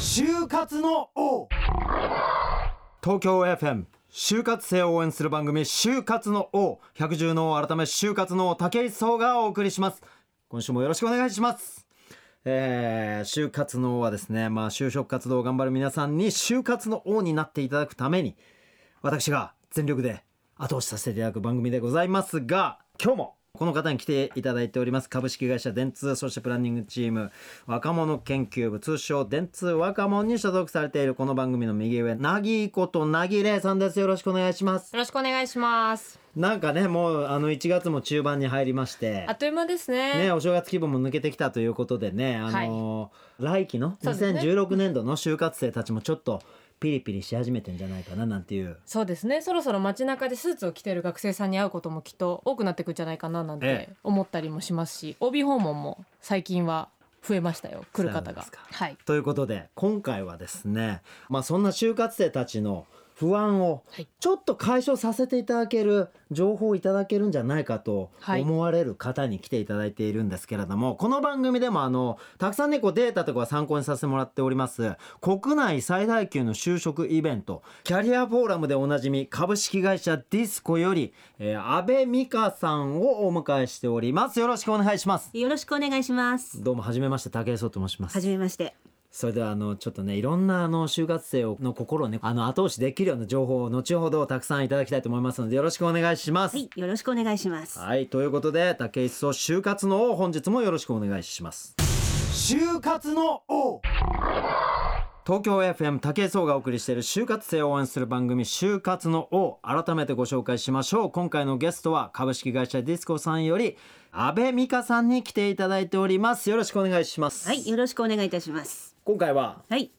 就活の王東京 FM 就活生を応援する番組就活の王百獣の王改め就活の王武井壮がお送りします今週もよろしくお願いしますえー、就活の王はですねまあ就職活動を頑張る皆さんに就活の王になっていただくために私が全力で後押しさせていただく番組でございますが今日もこの方に来ていただいております株式会社電通そしてプランニングチーム若者研究部通称電通若者に所属されているこの番組の右上なぎことなぎれいさんですよろしくお願いしますよろしくお願いします。なんかねもうあの1月も中盤に入りましてあっという間ですね。ね、お正月気分も抜けてきたということでね、あのー来期のそうですね2016年度の就活生たちもちょっとピリピリし始めてんじゃないかななんていうそうですね。そろそろ街中でスーツを着てる学生さんに会うこともきっと多くなってくんじゃないかななんえて思ったりもしますし、OB 訪問も最近は増えましたよ。来そるうな方んでがすか。はい。ということで今回はですね、まあ、そんな就活生たちの不安をはいちょっと解消させていただける情報をいただけるんじゃないかとはい思われる方に来ていただいているんですけれども、この番組でもあのたくさんねこうデータとかは参考にさせてもらっております国内最大級の就職イベントキャリアフォーラムでおなじみ株式会社ディスコより、えー、安倍美香さんをお迎えしておりますよろしくお願いしますよろしくお願いします。どうもはじめまして武井壮と申しますはじめまして。それではあのちょっとねいろんなあの就活生の心をねあの後押しできるような情報を後ほどたくさんいただきたいと思いますのでよろしくお願いします。ははいい、、よろしくお願いします。ということで竹井壮就活の王本日もよろしくお願いします。就活の王東京 FM 武井壮がお送りしている就活生を応援する番組就活の王改めてご紹介しましょう今回のゲストは株式会社ディスコさんより阿部美香さんに来ていただいておりますよろしくお願いしますはい、よろしくお願いいたします。今回ははい、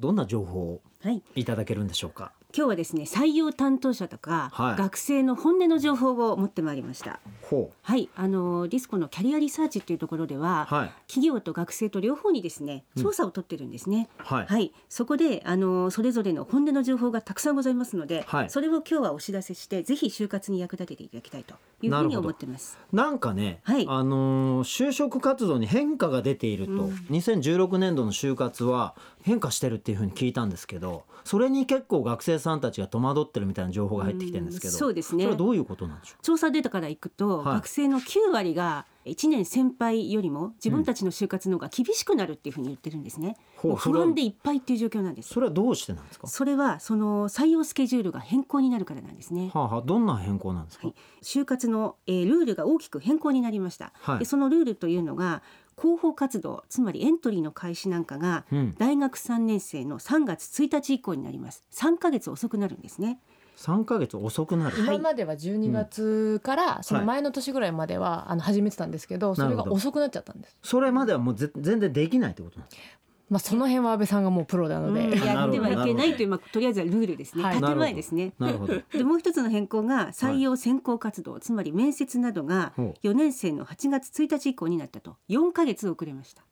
どんな情報をはい。いただけるんでしょうか今日はですね、採用担当者とか、はい学生の本音の情報を持ってまいりました。ほうはい、あのディスコのキャリアリサーチというところでは、はい企業と学生と両方にですね、調査を取ってるんですね。はいそこであのそれぞれの本音の情報がたくさんございますので、はいそれを今日はお知らせして、ぜひ就活に役立てていただきたいというふうに思ってます。なんかね、はいあのー就職活動に変化が出ていると、2016年度の就活は変化してるっていうふうに聞いたんですけどそれに結構学生さんたちが戸惑ってるみたいな情報が入ってきてるんですけど、うんそうですねそれはどういうことなんでしょ調査データからいくと、はい学生の9割が1年先輩よりも自分たちの就活の方が厳しくなるっていうふうに言ってるんですね。ほうもうそれ不は安でいっぱいっていう状況なんでうす。それはどうしてなんですか、それはその採用スケジュールが変更になるからなんですね。はあはあ、どんな変更なんですか、はい就活の、えールールが大きく変更になりました、はいでそのルールというのが広報活動つまりエントリーの開始なんかが、うん大学3年生の3月1日以降になります3ヶ月遅くなるんですね3ヶ月遅くなる、今までは12月からその前の年ぐらいまではあの始めてたんですけど、それなるがほど遅くなっちゃったんです。それまではもうぜ全然できないってことなんです かまあその辺は安倍さんがもうプロなのうんで、 やってはいけななるほいどという、まあ、とりあえずはルールですね、はい建前ですねなるほどでもう一つの変更が採用選考活動、つまり面接などがほう4年生の8月1日以降になったと4ヶ月遅れました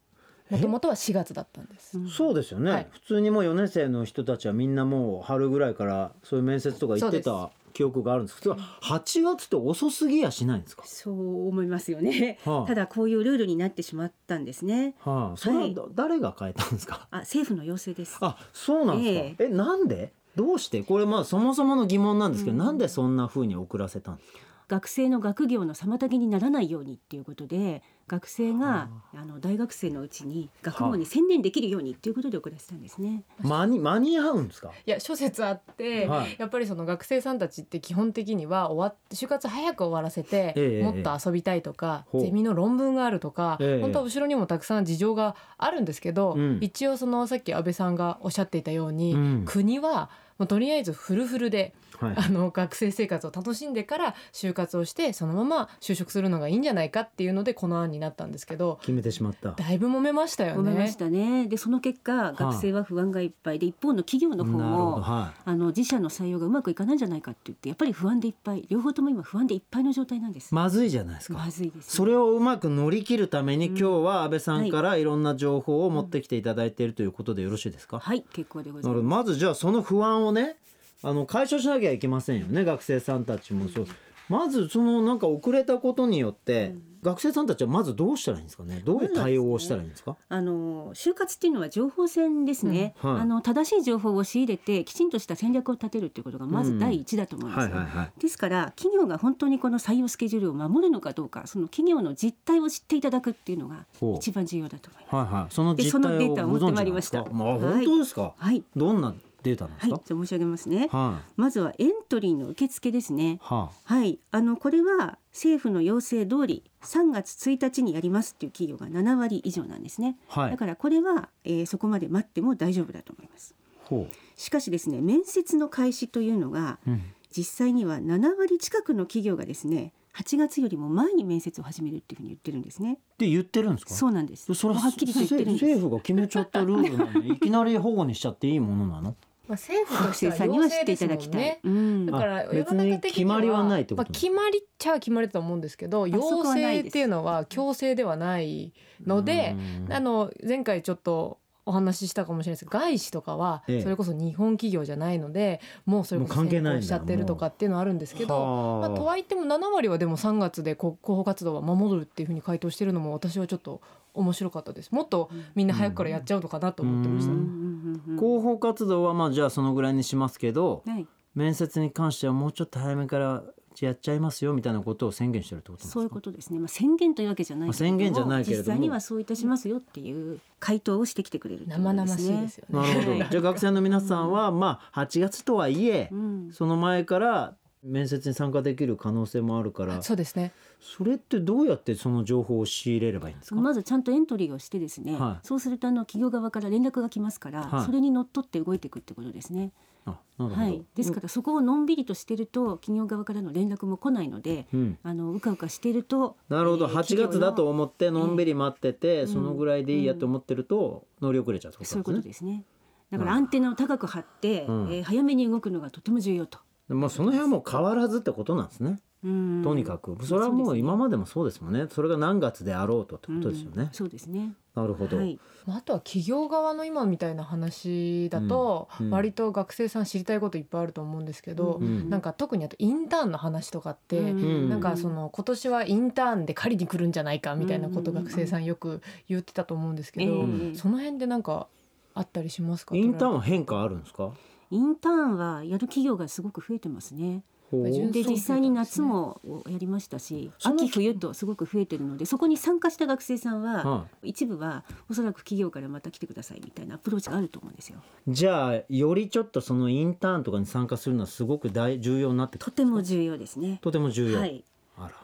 もともとは4月だったんです。そうですよね、はい普通にもう4年生の人たちはみんなもう春ぐらいからそういう面接とか行ってそたう記憶があるんですけど8月って遅すぎやしないんですか、そう思いますよね、はあただこういうルールになってしまったんですねはあ、それははいだ誰が変えたんですか あ政府の要請ですあそうなんですか、ええなんでどうしてこれまあそもそもの疑問なんですけど、なんでそんな風に遅らせたんですか学生の学業の妨げにならないようにっていうことで学生がはあの大学生のうちに学問に専念できるようにっていうことで遅らせたんですね。間に間に合うんですかいや諸説あって、はいやっぱりその学生さんたちって基本的には終わっ就活早く終わらせて、ええもっと遊びたいとか、ほうゼミの論文があるとか、ええ本当は後ろにもたくさん事情があるんですけど、うん一応そのさっき安倍さんがおっしゃっていたように、うん国はもうとりあえずフルフルではいあの学生生活を楽しんでから就活をしてそのまま就職するのがいいんじゃないかっていうのでこの案になったんですけど決めてしまっただいぶ揉めましたよ思いまねし。たね。でその結果学生は不安がいっぱいで一方の企業の方なるほどもはあの自社の採用がうまくいかないんじゃないかって言ってやっぱり不安でいっぱい両方とも今不安でいっぱいの状態なんです。いまずいじゃないですか、まずいですそね。れをうまく乗り切るために、うん今日は安倍さんからいろんな情報を持ってきていただいているということでよろしいですか、はい結構でごなざいるほまどまずじゃあその不安をねあの解消しなきゃいけませんよね学生さんたちもそうまずそのなんか遅れたことによって、学生さんたちはまずどうしたらいいんですかねどういう対応をしたらいいんですかあの就活っていうのは情報戦ですね、うんはいあの正しい情報を仕入れてきちんとした戦略を立てるっていうことがまず第一だと思うんですよ、はですから企業が本当にこの採用スケジュールを守るのかどうかその企業の実態を知っていただくっていうのがほう一番重要だと思います。はいはいそので実その態をデータをご持って存まい知なんりでますしかたまあは本い当ですかはい、どんなデータなんではすい、じかゃあ申し上げますね。はまずはエントリーの受付ですねい。ははい、あのこれは政府の要請通り3月1日にやりますっていう企業が7割以上なんですね。あはだいからこれは、えーそこまで待っても大丈夫だと思います。ほしかしですね、面接の開始というのがううん実際には7割近くの企業がですね、8月よりも前に面接を始めるっていうふうに言ってるんですね。って言ってるんですかそうなんです。それもうはっきりと言ってるんです。政府が決めちゃったルールなんでいきなり保護にしちゃっていいものなのまあ、政府と学して生はさんには要知っ請てでいすたもだきんたいね。。うんだからあ世の中的には別に決まりはないってことまあ、決まりっちゃ決まりだと思うんですけどそこ要はない請でっすていうのは強制ではないので、あの前回ちょっとお話ししたかもしれないですが外資とかはええそれこそ日本企業じゃないので、もうそれこそもう関係ないんだ先行しちゃってるとかっていうのはあるんですけど。まあ、とはいっても7割はでも3月でこ広報活動は守るっていうふうに回答してるのも私はちょっと面白かったですもっとみんな早くからやっちゃうのかなと思ってましうた、んううんんうんうん広報活動はまあじゃあそのぐらいにしますけどはい、面接に関してはもうちょっと早めからやっちゃいますよみたいなことを宣言してるってことなんですかそういうことですね。まあ宣言というわけじゃないけれまども。あ宣言じゃないけれども実際にはそういたしますよっていう回答をしてきてくれるってこと生々しいですよねなるほどはいじゃあ学生の皆さんはまあ8月とはいえうん、その前から面接に参加できる可能性もあるから そうですねそれってどうやってその情報を仕入れればいいんですそかのまずちゃんとエントリーをしてですね、はいそうするとあの企業側から連絡が来ますから、はいそれにのっとって動いていくってことですね。あなるほど、はい、ですからそこをのんびりとしてると企業側からの連絡も来ないので、うん、あのうかうかしてるとなるほど、えー8月だと思ってのんびり待ってて、んそのぐらいでいいやと思ってると乗り遅れちゃうってことそういなうことんですね。ですね。だからアンテナを高く張って、うんえー早めに動くのがとても重要と。まあその辺はもう変わらずってことなんですね。うんとにかく、それはもう今までもそうですもんね。それが何月であろうとってことですようんね。そうですね。なるほど。はい、まあ、あとは企業側の今みたいな話だと、うんうん割と学生さん知りたいこといっぱいあると思うんですけど、んなんか特にあとインターンの話とかって、んなんかその今年はインターンで借りに来るんじゃないかみたいなことうん学生さんよく言ってたと思うんですけど、うんええその辺でなんかあったりしますかインターンンは変化あるんですか。インターンはやる企業がすごく増えてますね。ほう純粋でそう実際に夏もやりましたし、その秋冬とすごく増えてるので、そこに参加した学生さんは、は一部はおそらく企業からまた来てくださいみたいなアプローチがあると思うんですよ。いじゃあよりちょっとそのインターンとかに参加するのはすごく大重要になってくとるても重要ですね。とても重要。はい。あら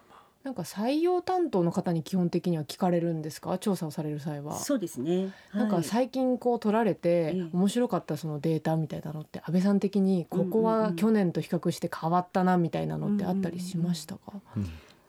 なんか採用担当の方に基本的には聞かれるんですか調査をされる際は。そうですね。なんはかい最近こう取られてええ面白かったそのデータみたいなのって安倍さん的にここうんうんうはん去年と比較して変わったなみたいなのってあったりしましたか、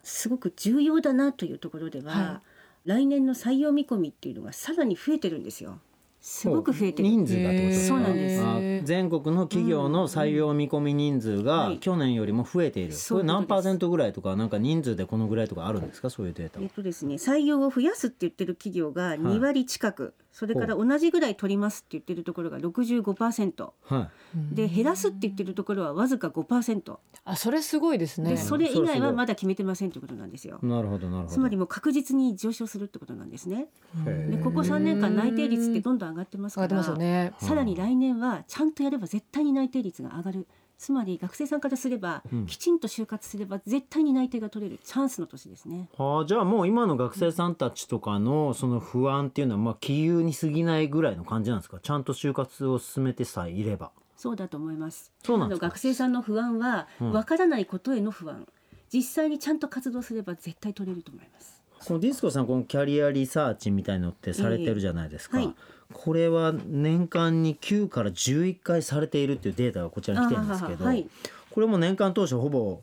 すごく重要だなというところでは、は来年の採用見込みっていうのがさらに増えてるんですよ。すごく増えてる。人数がってことですかへーそうなんですあ全国の企業の採用見込み人数うんがはい去年よりも増えている、そうこれ何そうですパーセントぐらいとかなんか人数でこのぐらいとかあるんですかそういうデータはえっとですね、採用を増やすって言ってる企業が2割近く、それからほ同じぐらい取りますって言ってるところが65%はいうんで減らすって言ってるところはわずか5%あそれすごいですねでそれ以外それすごいはまだ決めてませんということなんですよ。なるほどなるほどつまりもう確実に上昇するってことなんですね。へでーここ3年間内定率ってどんどん上がってます上がっかてまらすよねさらに来年はちゃんとやれば絶対に内定率が上がるつまり学生さんからすれば、うんきちんと就活すれば絶対に内定が取れるチャンスの年ですね。あーじゃあもう今の学生さんたちとかのその不安っていうのはまあ杞憂に過ぎないぐらいの感じなんですかちゃんと就活を進めてさえいればそうだと思います。そうなんあでのすか学生さんの不安は、んわからないことへの不安。実際にちゃんと活動すれば絶対取れると思います。このディスコさんこのキャリアリサーチみたいのってされてるじゃないですか、ええはいこれは年間に9から11回されているっていうデータがこちらに来てるんですけど、あはいこれも年間当初ほぼ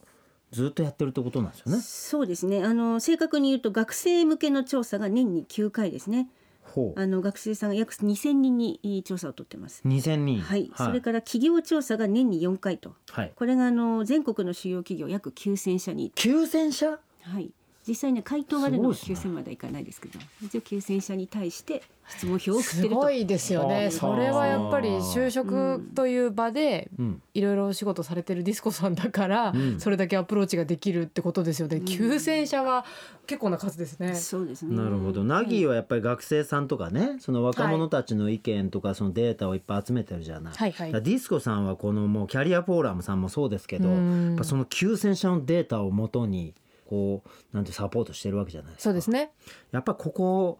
ずっとやってるってことなんですよね。そうですね。あの正確に言うと学生向けの調査が年に9回ですね。ほうあの学生さんが約2000人にいい調査を取ってます。 2000人はい。それらから企業調査が年に4回と。はいこれがあの全国の主要企業約9000社に、 9000社はい、実際ね回答が出るのはすごいです9000まではいかないですけど一応9000社に対して質問票を送っすてるとごいですよはねあそれはやっぱり就職という場でうんいろいろお仕事されてるディスコさんだから、うんそれだけアプローチができるってことですよね、ん9000社は結構な数ですねそうですねなるほど、ナギーはやっぱり学生さんとかねその若者たちの意見とかそのデータをいっぱい集めてるじゃない、はいはだいからディスコさんはこのもうキャリアフォーラムさんもそうですけど、うんやっぱその9,000社のデータをもとにこうなんてサポートしてるわけじゃないですかそうですねやっぱここ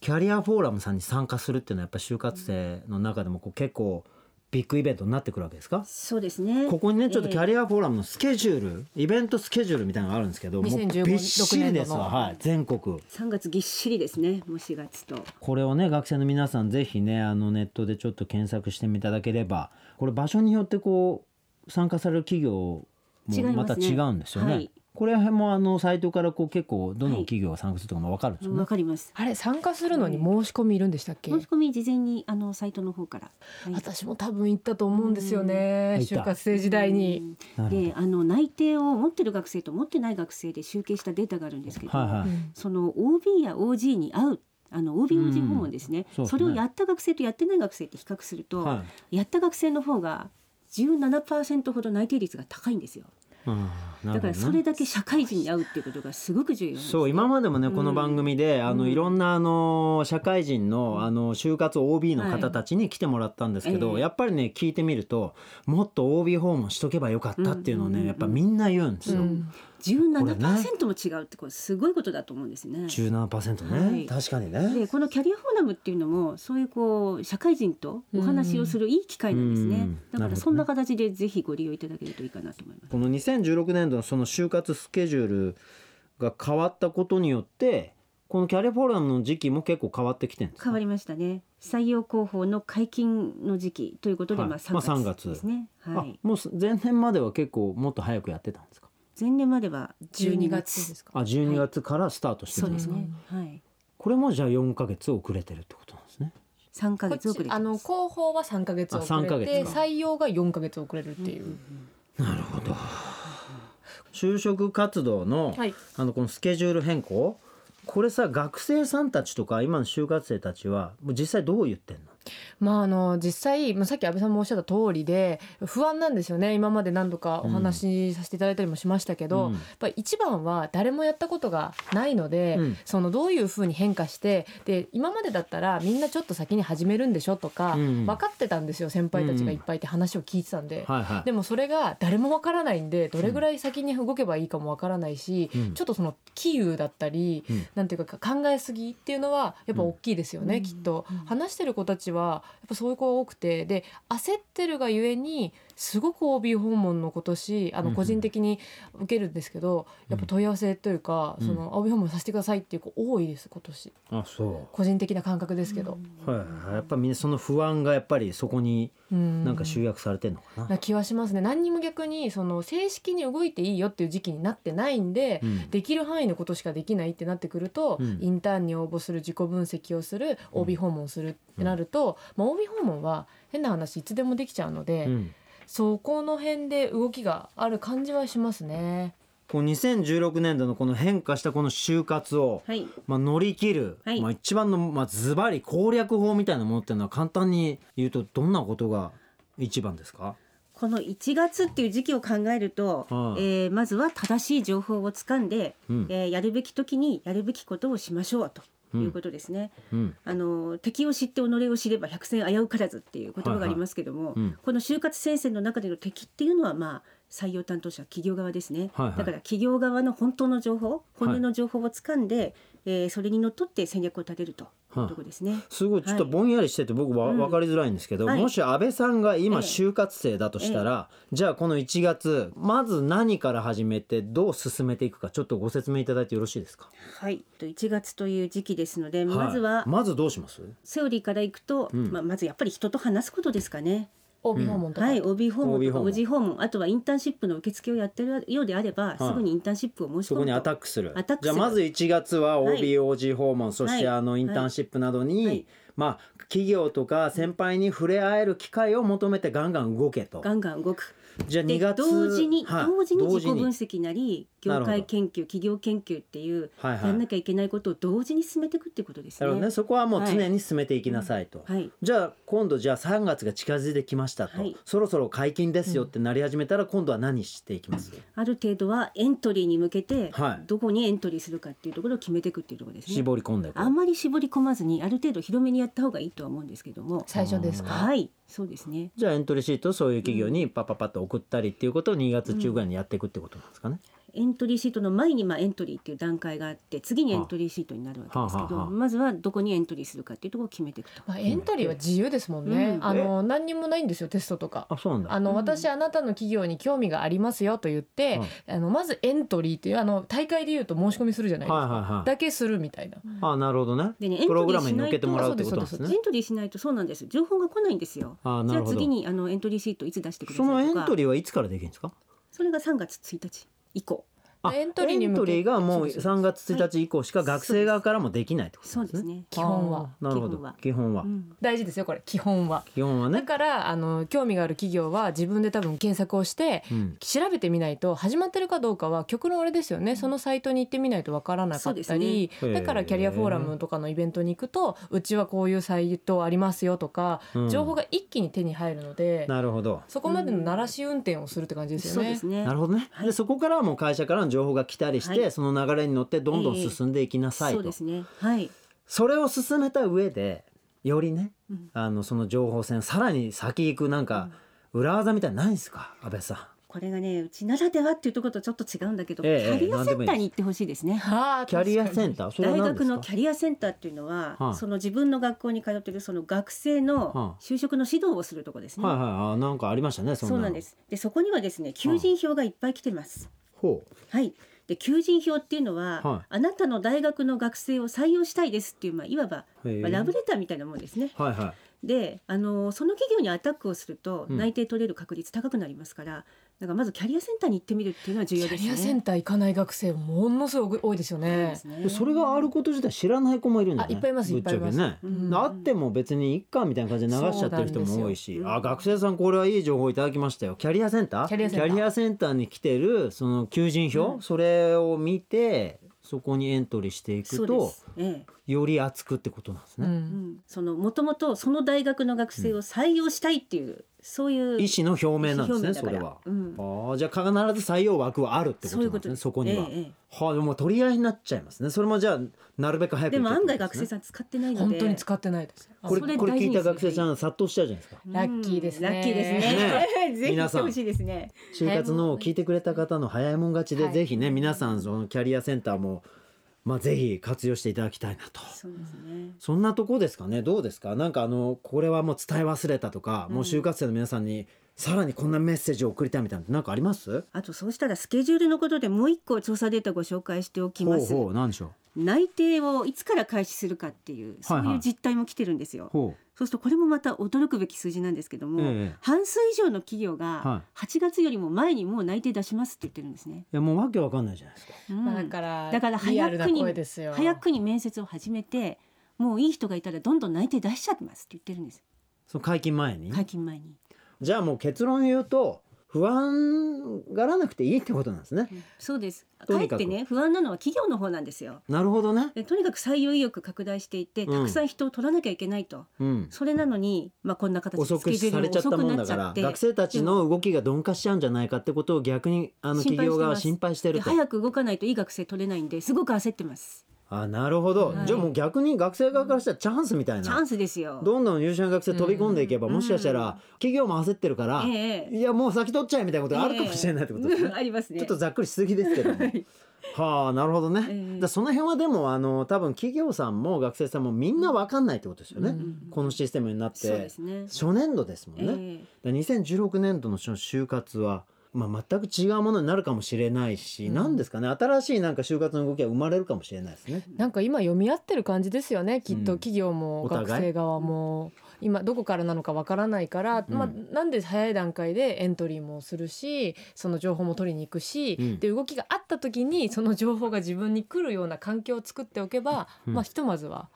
キャリアフォーラムさんに参加するっていうのはやっぱ就活生の中でもこう結構ビッグイベントになってくるわけですかそうですねここにねちょっとキャリリアフォーラムのスケジュールイベントスケジュールみたいなのがあるんですけどもう2015びっしりですわ、 6年度のはい、全国3月ぎっしりですねもう4月とこれをね学生の皆さんぜひねあのネットでちょっと検索していただければこれ場所によってこう参加される企業違いまもまたすね違うんですよね。はいこれもあのサイトからこう結構どの企業が参加するとかも分かるんですよね。わかりますあれ参加するのに申し込みいるんでしたっけ、申し込み事前にあのサイトの方から、はい私も多分行ったと思うんですよね、うん就活生時代に、なるほどであの内定を持ってる学生と持ってない学生で集計したデータがあるんですけど、はいはいその OB や OG に合うあの OB、うん OG 訪問ですね,、そうですねれをやった学生とやってない学生って比較すると、はやった学生の方が17%ほど内定率が高いんですよい、うんなだるほかどねらそれだけ社会人に合うっていうことがすごく重要なんですそう今までもねこの番組で、あのいろんなあの社会人のあの就活 OB の方たちに来てもらったんですけど、はいええやっぱりね聞いてみるともっと OB 訪問しとけばよかったっていうのをね、うんうんうんうんやっぱみんな言うんですうよ。ん17%も違うってこれすごいことだと思うんですね。 17%ね、はい確かにでね。このキャリアフォーラムっていうのもそういうこう社会人とお話をするいい機会なんですね、うんうんだからそんな形でぜひご利用いただけるといいかなと思います。この2016年度のその就活スケジュールが変わったことによってこのキャリアフォーラムの時期も結構変わってきてるんですか変わりましたね採用広報の解禁の時期ということで、はいまあまあ3 3月月ですね、はい、あもう前年までは結構もっと早くやってたんですか前年までは12月ですかあ12月からスタートしてそるうんでですすか、ね、はい、これもじゃあ4ヶ月遅れてるってことなんですね3ヶこっ月ち遅れてあのます広報は3ヶ月あ遅3れヶて月か採用が4ヶ月遅れるっていう、なるほど就職活動の,、はいあのこのスケジュール変更これさ学生さんたちとか今の就活生たちはもう実際どう言ってんのまああの実際、まあ、さっき安倍さんもおっしゃった通りで不安なんですよね今まで何度かお話しさせていただいたりもしましたけど、うんやっぱり一番は誰もやったことがないので、うんそのどういうふうに変化してで今までだったらみんなちょっと先に始めるんでしょとか、うん分かってたんですよ先輩たちがいっぱいって話を聞いてたんで。はいはいでもそれが誰もわからないんでどれぐらい先に動けばいいかもわからないし、うんちょっとその杞憂だったり、うんなんていうか考えすぎっていうのはやっぱ大きいですよね、うんきっと、うん話してる子たちはやっぱそういう子が多くてで焦ってるがゆえにすごく OB 訪問のことしあうのん個人的に受けるんですけど、やっぱ問い合わせというか、うんその OB 訪問させてくださいっていう子多いです今年あそ個人的な感覚ですけど。うはいはいやっぱみんなその不安がやっぱりそこにうんなんか集約されてんのかな、な気はしますね何にも逆にその正式に動いていいよっていう時期になってないんで、うんできる範囲のことしかできないってなってくると、うんインターンに応募する自己分析をするうん OB 訪問するってなると、まあ、OB 訪問は変な話いつでもできちゃうので、うんそこの辺で動きがある感じはしますね。こう2016年度のこの変化したこの就活を、はいまあ、乗り切る、はいまあ、一番の、まあ、ズバリ攻略法みたいなものっていうのは簡単に言うとどんなことが一番ですかこの1月っていう時期を考えると、うんえーまずは正しい情報をつかんで、うんえーやるべき時にやるべきことをしましょうということですね。うんあの敵を知って己を知れば百戦危うからずっていう言葉がありますけども、いはいうんこの就活戦線の中での敵っていうのはまあ採用担当者企業側ですね、はいはいだから企業側の本当の情報本音の情報をつかんで、えーそれにのっとって戦略を立てるというところですね、すごいちょっとぼんやりしてて僕はうん分かりづらいんですけど、はいもし安倍さんが今ええ就活生だとしたら、じゃあこの1月まず何から始めてどう進めていくかちょっとご説明いただいてよろしいですか、はいと1月という時期ですので、まずいはまずどうしますセオリーからいくと、うんまあ、まずやっぱり人と話すことですかね OB 訪問とか、はい、OB 訪問 OB と訪か問 OG 訪問あとはインターンシップの受付をやってるようであれば、すぐにインターンシップを申しそ込こむにアタとックするアタッじクすゃあるまず1月ははい OBOG 訪問、そしてはいあのインターンシップなどに、はいまあ企業とか先輩に触れ合える機会を求めてガンガン動けとガンガン動くじゃあ2で月同時に、はい同時に同自己時分に析なりなるほ業ど界研究企業研究っていうはいはやいんなきゃいけないことを同時に進めていくっていうことですなるほね。どねそこはもう常に進めていきなさいと、はい、じゃあ今度じゃあ3月が近づいてきましたと、はいそろそろ解禁ですよってなり始めたら今度は何していきます、ある程度はエントリーに向けてはいどこにエントリーするかっていうところを決めていくっていうところですね。絞り込んでいくあんまり絞り込まずにある程度広めにやった方がいいとは思うんですけども最初ですか。はいそうですねじゃあエントリーシートをそういう企業にパッパッパッと送ったりっていうことを2月中ぐらいにやっていくってことなんですかね。エントリーシートの前にまあエントリーっていう段階があって次にエントリーシートになるわけですはあけはあどはあまずはどこにエントリーするかっていうところを決めていくと。まあ、エントリーは自由ですもんね。うんあの何にもないんですよテストとか。あそうなんだあの、うん私あなたの企業に興味がありますよと言って、あのまずエントリーっていうあの大会で言うと申し込みするじゃないですか、はいはいはいだけするみたいな。あなるほどねでねエンプロトグリラームしにな乗っいけてともらうってこそうとなんでですすそうねエ。ントリーしないとそうなんです情報が来ないんですよ。あなじゃるあほど次にあのエントリーシートいつ出してくださそのエいとンかトリーはいつからできるんですかそれが3月1日以降あエントリーエにン向トけてリーがもうそうですそう3月1日以降しか学生側からもできないってことそなうんでですすね。ね。基本は。なるほ基本どは基本はうん大事ですよこれ基本は。基本はだね。からあの興味がある企業は自分で多分検索をしてうん調べてみないと始まってるかどうかは極論あれですよねそのサイトに行ってみないとわからなかったり、そうですねだからキャリアフォーラムとかのイベントに行くとうちはこういうサイトありますよとかうん情報が一気に手に入るので、なるほど。そこまでの鳴らし運転をするって感じですよそうね。ですねな。るほどね。でそこからはもう会社からの情報が来たりして、はいその流れに乗ってどんどん進んでいきなさいそと。うですね。はい。それを進めた上でよりね、うんあのその情報戦さらに先行くなんか裏技みたいなのないですか安倍さんこれがねうちならではっていうところとちょっと違うんだけど、ええええキャリアセンターに行ってほしいですね。 あーキャリア確かセにンターそれは大何で学すのかキャリアセンターっていうのは、はいその自分の学校に通ってるその学生はのい就職の指導をするところですね。はいはいあなんかありましたねそんそなうのなんです。でそこにはですね求人票がいっぱい来てます。ほうはい。で求人票っていうのは、はいあなたの大学の学生を採用したいですっていうまあいわば、へえまあラブレターみたいなもんですね。はいはいで、あのその企業にアタックをするとうん内定取れる確率高くなりますから、だからまずキャリアセンターに行ってみるっていうのは重キ要ャですね。リアセンター行かない学生ものすごく多いですよそうねで。すねでそれがあること自体知らない子もいるんだねあいっぱいいますぶちゃけいっぱいいね、うんあっても別にいっかみたいな感じで流しちゃってる人も多いし、そうなんですようんあ学生さんこれはいい情報いただきましたよキャリアセンターキャリアセンターセンターに来てるその求人票、うんそれを見てそこにエントリーしていそくうとです。ええより厚くってことなんですうね、うんん、そのもともとその大学の学生を採用したいっていう、そういう意思の表明なんですね意思表明だそかれらは、うんああじゃあ必ず採用枠はあるってことそうないんうですことねでそすこには、えええはあでも取り合いになっちゃいますねそれもじゃあなるべく早えくでも案外行学けってことです生ねさん使ってないので本当に使ってないです。これそれこれ聞いた大事に学する生さん殺到しちゃうじゃないですかうんラッキーですねラッキーですねね ぜひ来てほしいですね就活のを聞いてくれた方の早いもん勝ちで、はいぜひね皆さんそのキャリアセンターも、まあ、ぜひ活用していただきたいなと。そうですねそんなとこですかねどうですかなんかあのこれはもう伝え忘れたとか、もう就活生の皆さんにさらにこんなメッセージを送りたいみたいなのなんかありますあとそうしたらスケジュールのことでもう一個調査データご紹介しておきますほうほうなんでしょう内定をいつから開始するかっていうはいそはいういう実態も来てるんですよ、ほそうするとこれもまた驚くべき数字なんですけども、ええ半数以上の企業はが8月よりも前にもう内定出しますって言ってるんですね、ういやもうわけわかんないじゃないですかうんまあだからだからリア早ルなくに声ですよ。早くに面接を始めてもういい人がいたらどんどん内定出しちゃってますって言ってるんですその解禁前に、解禁前にじゃあもう結論言うと不安がらなくていいってことなんですね、そうですとかえにっかくてね不安なのは企業の方なんですよなるほどねでとにかく採用意欲拡大していってうんたくさん人を取らなきゃいけないと、うんそれなのにまあこんな形で遅スケくジューさルれちもゃった遅くもんなだっちゃからって学生たちの動きが鈍化しちゃうんじゃないかってことを逆にあの心配してます企業側は心配してでると早く動かないといい学生取れないんですごく焦ってますあなるほど、はいじゃあもう逆に学生側からしたらチャンスみたいチャなンスですよどんどん優秀な学生飛び込んでいけば、うんもしかしたら企業も焦ってるから、ええいやもう先取っちゃえみたいなことがあるかもしれないってことですね、ええありますねちょっとざっくりしすぎですけども。はあなるほどね、ええだその辺はでもあの多分企業さんも学生さんもみんな分かんないってことですよね、うんこのシステムになって、そうですね初年度ですもんね、えでえ2016年度のその就活は、まあ、全く違うものになるかもしれないし、うんなんですかね新しいなんか就活の動きが生まれるかもしれないですね。なんか今読み合ってる感じですよねきっとうん企業もお互い学生側も今どこからなのかわからないから、うんまあ、なんで早い段階でエントリーもするしその情報も取りに行くし、うんで動きがあった時にその情報が自分に来るような環境を作っておけば、うんまあ、ひとまずは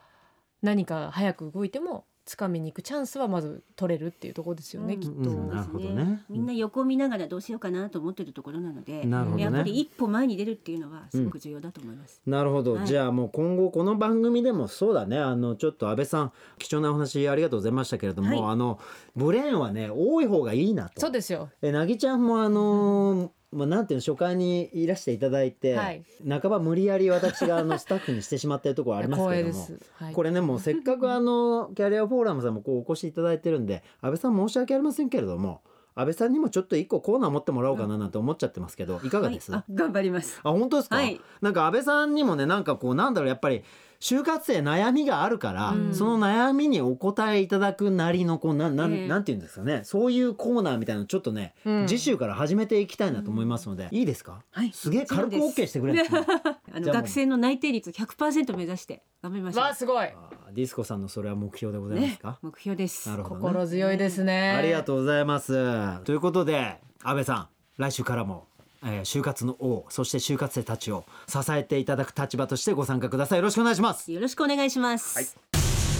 何か早く動いても掴みに行くチャンスはまず取れるっていうところですよね、うんきっと、うんなるほどねみんな横見ながらどうしようかなと思ってるところなので、なるほどねやっぱり一歩前に出るっていうのはすごく重要だと思います。なるほど、はいじゃあもう今後この番組でもそうだねあのちょっと安倍さん貴重なお話ありがとうございましたけれども、はいあのブレーンはね多い方がいいなとそうですよえなぎちゃんもあのーまあ、なんていうの初回にいらしていただいて、はい半ば無理やり私があのスタッフにしてしまっているところありますけ光栄れでどもす、はい、これねもうせっかくあ のキャリアフォーラムさんもこうお越しいただいてるんで安倍さん申し訳ありませんけれども安倍さんにもちょっと一個コーナー持ってもらおうかななんて思っちゃってますけどいかがです、はい、あ頑張ります。あ本当ですか、はいなんか安倍さんにもねなんかこうなんだろうやっぱり就活生悩みがあるから、うんその悩みにお答えいただくなりのこうなんなん,、ええなんていうんですかねそういうコーナーみたいなのちょっとね、うん次週から始めていきたいなと思いますので、いいですかはい、すげえ軽くもち OK してくれるんですねあのじゃあもう学生の内定率100%目指して頑張りましょわあすごいあーディスコさんのそれは目標でございまねすか、、目標です。なるほどね心強いですねありがとうございますということで安倍さん来週からも、えー就活の王そして就活生たちを支えていただく立場としてご参加くださいよろしくお願いしますよろしくお願いします。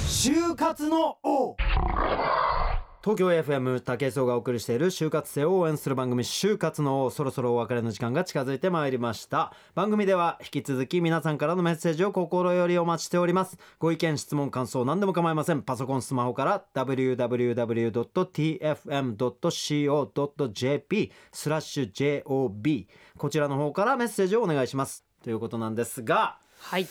就活の王東京 FM 武井壮がお送りしている就活生を応援する番組就活の王そろそろお別れの時間が近づいてまいりました番組では引き続き皆さんからのメッセージを心よりお待ちしておりますご意見質問感想何でも構いませんパソコンスマホから www.tfm.co.jp スラッシュ job こちらの方からメッセージをお願いしますということなんですがはい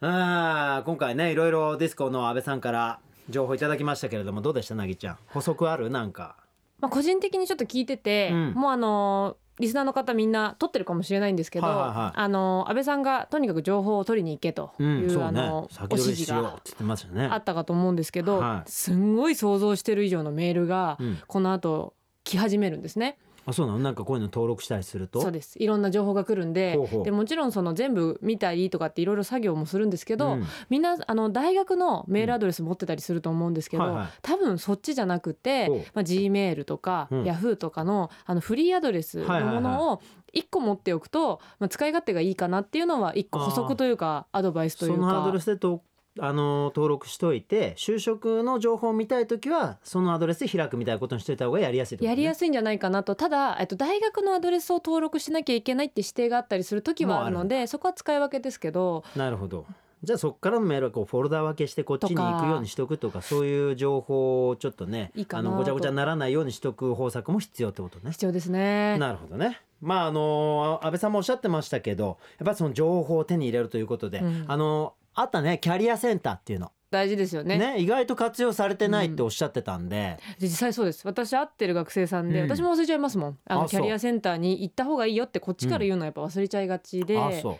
あー今回ねいろいろディスコの安倍さんから情報いただきましたけれどもどうでしたなぎちゃん補足あるなんかまあ、個人的にちょっと聞いてて、うんもうあのーリスナーの方みんな撮ってるかもしれないんですけど、はいはいはいあのー安倍さんがとにかく情報を取りに行けという、うんそうあねのー先お取り指し示ようがって言ってましたねあったかと思うんですけど、はいすんごい想像してる以上のメールがうんこの後来始めるんですね、あそうなのなんかこういうの登録したりするとそうですいろんな情報が来るんでほうほうでもちろんその全部見たりとかっていろいろ作業もするんですけうど、んみんなあの大学のメールアドレス持ってたりすると思うんですけど、はいはい多分そっちじゃなくておう、まあ、G メールとか、うん Yahoo とかのあのフリーアドレスのものを1個持っておくと、まあ、使い勝手がいいかなっていうのは1個補足というかアドバイスといそうのアドかレ。スでとあのー登録しといて就職の情報を見たいときはそのアドレスで開くみたいなことにしといた方がやりやすいってこと、ね、やりやすいんじゃないかなとただ、えっと、大学のアドレスを登録しなきゃいけないって指定があったりする時はあるのでそこは使い分けですけどなるほどじゃあそこからのメールはこうフォルダ分けしてこっちに行くようにしとくとかそういう情報をちょっとねいいかあなとのごちゃごちゃにならないようにしとく方策も必要ってことね。必要ですね。なるほどね。まああの安倍さんもおっしゃってましたけどやっぱりその情報を手に入れるということで、うんあのあったねキャリアセンターっていうの、大事ですよねね意外と活用されてないっておっしゃってたんで、実際そうです私会ってる学生さんで、うん私も忘れちゃいますもんあのあキャリアセンターに行った方がいいよってこっちから言うのはやっぱ忘れちゃいがちで、あそう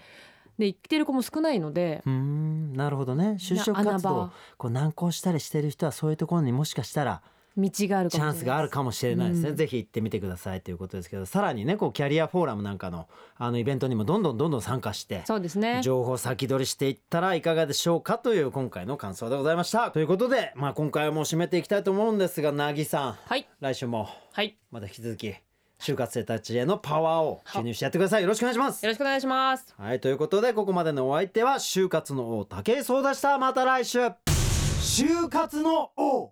で行ってる子も少ないのでうーんなるほどね就職穴活動場こう難航したりしてる人はそういうところにもしかしたら道があるかもしチれなャいンスがあるかもしれないですね、うんぜひ行ってみてくださいということですけどさらにねこうキャリアフォーラムなんかのあのイベントにもどんどんどんどん参加してそうですね情報先取りしていったらいかがでしょうかという今回の感想でございましたということで、まあ、今回はもう締めていきたいと思うんですがなぎさんはい来週もはいまた引き続き就活生たちへのパワーを注入してやってくださいよろしくお願いしますよろしくお願いしますはいということでここまでのお相手は就活の王武井壮でしたまた来週就活の王